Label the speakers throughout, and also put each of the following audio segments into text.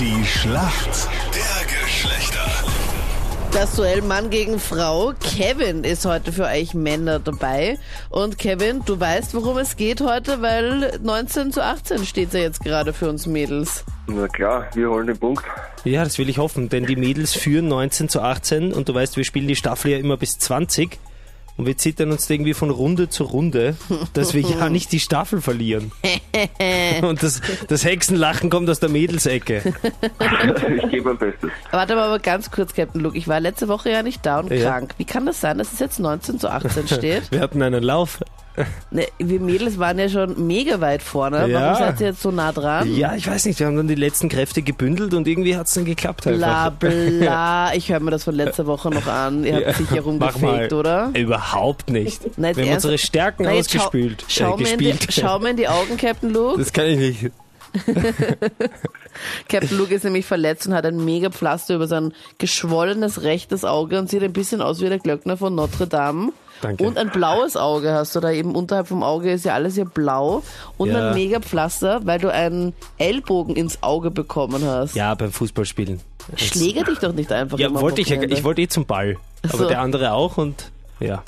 Speaker 1: Die Schlacht der Geschlechter.
Speaker 2: Das Duell Mann gegen Frau. Kevin ist heute für euch Männer dabei. Und Kevin, du weißt, worum es geht heute, weil 19 zu 18 steht ja jetzt gerade für uns Mädels.
Speaker 3: Na klar, wir holen den Punkt.
Speaker 4: Ja, das will ich hoffen, denn die Mädels führen 19 zu 18 und du weißt, wir spielen die Staffel ja immer bis 20 und wir zittern uns irgendwie von Runde zu Runde, dass wir ja nicht die Staffel verlieren. Und das, das Hexenlachen kommt aus der Mädelsecke.
Speaker 3: Ich gebe mein Bestes.
Speaker 2: Warte mal aber ganz kurz, Captain Luke. Ich war letzte Woche ja nicht da und
Speaker 4: Ja.
Speaker 2: krank. Wie kann das sein, dass es jetzt 19 zu 18 steht?
Speaker 4: Wir hatten einen Lauf.
Speaker 2: Ne, wir Mädels waren ja schon mega weit vorne.
Speaker 4: Ja.
Speaker 2: Warum seid ihr jetzt so nah dran?
Speaker 4: Ja, ich weiß nicht, wir haben dann die letzten Kräfte gebündelt und irgendwie hat es dann geklappt
Speaker 2: Bla
Speaker 4: einfach.
Speaker 2: bla. Ich höre mir das von letzter Woche noch an. Ihr habt sicher
Speaker 4: Mach mal.
Speaker 2: rumgefegt, oder?
Speaker 4: Überhaupt nicht.
Speaker 2: Na, jetzt
Speaker 4: wir haben
Speaker 2: ernst-
Speaker 4: unsere Stärken
Speaker 2: Na, jetzt schau-
Speaker 4: ausgespült.
Speaker 2: Schau,
Speaker 4: äh,
Speaker 2: mir in die,
Speaker 4: gespielt.
Speaker 2: schau mir in die Augen, Captain Luke.
Speaker 4: das kann ich nicht.
Speaker 2: Captain Luke ist nämlich verletzt und hat ein mega Pflaster über sein geschwollenes rechtes Auge und sieht ein bisschen aus wie der Glöckner von Notre Dame.
Speaker 4: Danke.
Speaker 2: Und ein blaues Auge hast du da eben unterhalb vom Auge ist ja alles hier blau und
Speaker 4: Ja.
Speaker 2: ein mega Pflaster, weil du einen Ellbogen ins Auge bekommen hast.
Speaker 4: Ja, beim Fußballspielen.
Speaker 2: Schläge dich doch nicht einfach.
Speaker 4: Ja,
Speaker 2: immer am
Speaker 4: wollte ich ja.
Speaker 2: Wochenende.
Speaker 4: Ich wollte eh zum Ball. Aber
Speaker 2: so.
Speaker 4: der andere auch und ja.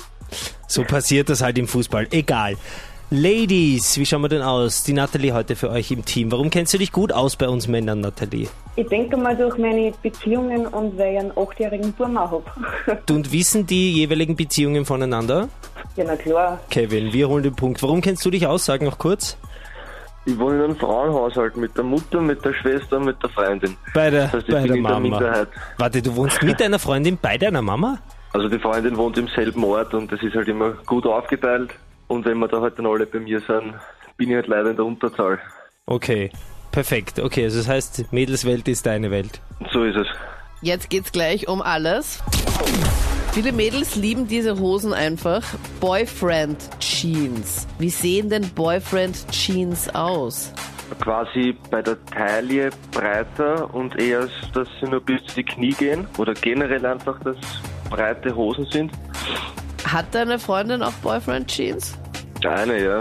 Speaker 4: So passiert das halt im Fußball. Egal. Ladies, wie schauen wir denn aus? Die Natalie heute für euch im Team. Warum kennst du dich gut aus bei uns Männern, Natalie?
Speaker 5: Ich denke mal durch meine Beziehungen und weil ich einen achtjährigen Buben auch habe.
Speaker 4: Du und wissen die jeweiligen Beziehungen voneinander?
Speaker 5: ja, na klar.
Speaker 4: Kevin, wir holen den Punkt. Warum kennst du dich aus? Sag noch kurz.
Speaker 3: Ich wohne in einem Frauenhaushalt mit der Mutter, mit der Schwester, mit der Freundin.
Speaker 4: Bei der,
Speaker 3: Das heißt, ich
Speaker 4: bei
Speaker 3: bin
Speaker 4: der
Speaker 3: in der
Speaker 4: Mama.
Speaker 3: Minderheit.
Speaker 4: Warte, du wohnst mit deiner Freundin bei deiner Mama?
Speaker 3: Also die Freundin wohnt im selben Ort und das ist halt immer gut aufgeteilt. Und wenn wir da halt dann alle bei mir sind, bin ich halt leider in der Unterzahl.
Speaker 4: Okay, perfekt. Okay, also das heißt, Mädelswelt ist deine Welt.
Speaker 3: So ist es.
Speaker 2: Jetzt geht's gleich um alles. Viele Mädels lieben diese Hosen einfach. Boyfriend Jeans. Wie sehen denn Boyfriend Jeans aus?
Speaker 3: Quasi bei der Taille breiter und eher, dass sie nur bis zu die Knie gehen. Oder generell einfach, dass breite Hosen sind.
Speaker 2: Hat deine Freundin auch Boyfriend Jeans?
Speaker 3: Eine, ja.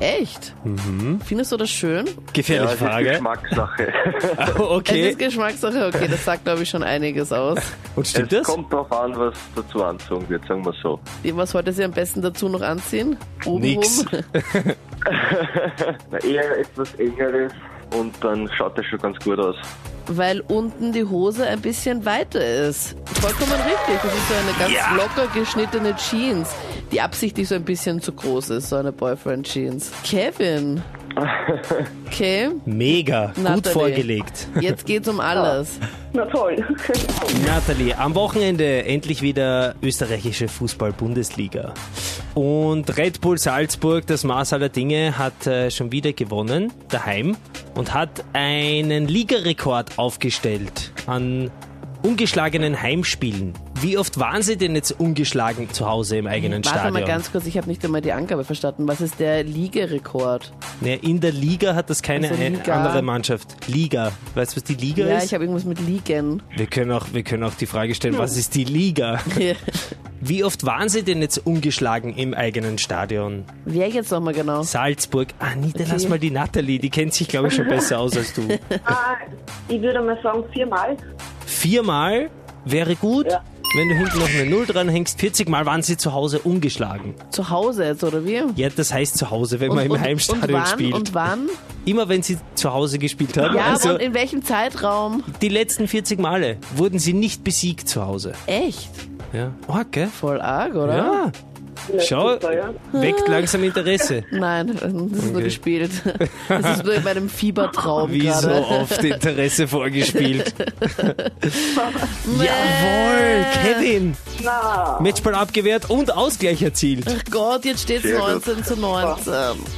Speaker 2: Echt?
Speaker 4: Mhm.
Speaker 2: Findest du das schön?
Speaker 3: ja also
Speaker 4: Gefährliche
Speaker 3: es ist
Speaker 4: Frage.
Speaker 3: Geschmackssache.
Speaker 2: Also Es
Speaker 4: Okay,
Speaker 2: ist Geschmackssache, okay, das sagt glaube ich schon einiges aus.
Speaker 4: und stimmt
Speaker 3: es
Speaker 4: das?
Speaker 3: kommt drauf an, was dazu anzogen wird, sagen wir so.
Speaker 2: Was wollte sie am besten dazu noch anziehen? Oben
Speaker 4: Nix.
Speaker 2: rum?
Speaker 3: Na, eher etwas engeres und dann schaut das schon ganz gut aus.
Speaker 2: Weil unten die Hose ein bisschen weiter ist. Vollkommen richtig. Das ist so eine ganz locker geschnittene Jeans. Die Absicht, die so ein bisschen zu groß ist, so eine Boyfriend-Jeans. Kevin. Okay,
Speaker 4: Mega, gut
Speaker 2: Natalie.
Speaker 4: vorgelegt.
Speaker 2: jetzt geht's um alles.
Speaker 5: Na toll.
Speaker 4: Natalie, am Wochenende endlich wieder österreichische Fußball-Bundesliga. Und Red Bull Salzburg, das Maß aller Dinge, hat äh, schon wieder gewonnen, daheim, und hat einen Ligarekord aufgestellt an ungeschlagenen Heimspielen. Wie oft waren sie denn jetzt ungeschlagen zu Hause im eigenen
Speaker 2: Warte
Speaker 4: Stadion?
Speaker 2: mal ganz kurz, ich habe nicht einmal die Angabe verstanden. Was ist der Liegerekord?
Speaker 4: Naja, in der Liga hat das keine
Speaker 2: Also
Speaker 4: ein-
Speaker 2: Liga.
Speaker 4: andere Mannschaft. Liga. Weißt du, was die Liga
Speaker 2: Ja,
Speaker 4: ist?
Speaker 2: ich Hm. habe irgendwas mit Liegen.
Speaker 4: wir, können auch, wir können auch die Frage stellen, was ist die Liga? Wie oft waren sie denn jetzt ungeschlagen im eigenen Stadion?
Speaker 2: Wer jetzt nochmal genau?
Speaker 4: Salzburg. Ah, Nita, lass
Speaker 2: Okay.
Speaker 4: mal die Natalie, die kennt sich, glaube ich, schon besser aus als du.
Speaker 5: Ah, ich würde mal sagen viermal.
Speaker 4: Viermal wäre gut,
Speaker 5: Ja.
Speaker 4: wenn du hinten noch eine Null dranhängst. 40 Mal waren sie zu Hause ungeschlagen.
Speaker 2: Zu Hause jetzt, oder wie?
Speaker 4: Ja, das heißt zu Hause, wenn
Speaker 2: Und,
Speaker 4: man im
Speaker 2: und, und
Speaker 4: Heimstadion
Speaker 2: wann?
Speaker 4: spielt.
Speaker 2: Und wann?
Speaker 4: Immer wenn sie zu Hause gespielt haben.
Speaker 2: Ja,
Speaker 4: also
Speaker 2: und in welchem Zeitraum?
Speaker 4: die letzten 40 Male wurden sie nicht besiegt zu Hause.
Speaker 2: Echt?
Speaker 4: Ja. Oh, gell?
Speaker 2: Voll arg, oder?
Speaker 4: Ja. Schau,
Speaker 5: Super, ja.
Speaker 4: weckt langsam Interesse.
Speaker 2: Nein, das ist nur
Speaker 4: Okay.
Speaker 2: gespielt. Das ist nur in meinem Fiebertraum
Speaker 4: Wie so
Speaker 2: gerade.
Speaker 4: oft Interesse vorgespielt. Jawohl, Kevin.
Speaker 5: Na,
Speaker 4: Matchball abgewehrt und Ausgleich erzielt.
Speaker 2: Ach Gott, jetzt steht es
Speaker 3: Sehr gut.
Speaker 2: 19 zu 19.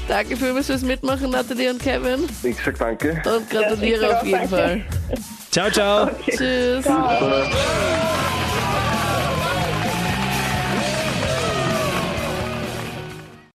Speaker 2: Danke vielmals fürs Mitmachen, Nathalie und Kevin.
Speaker 3: Ich sag danke.
Speaker 2: Und
Speaker 5: Ja, ich
Speaker 2: gratuliere
Speaker 5: sag
Speaker 2: auf jeden
Speaker 5: auch
Speaker 2: Fall.
Speaker 5: danke.
Speaker 4: Ciao, ciao.
Speaker 2: Tschüss.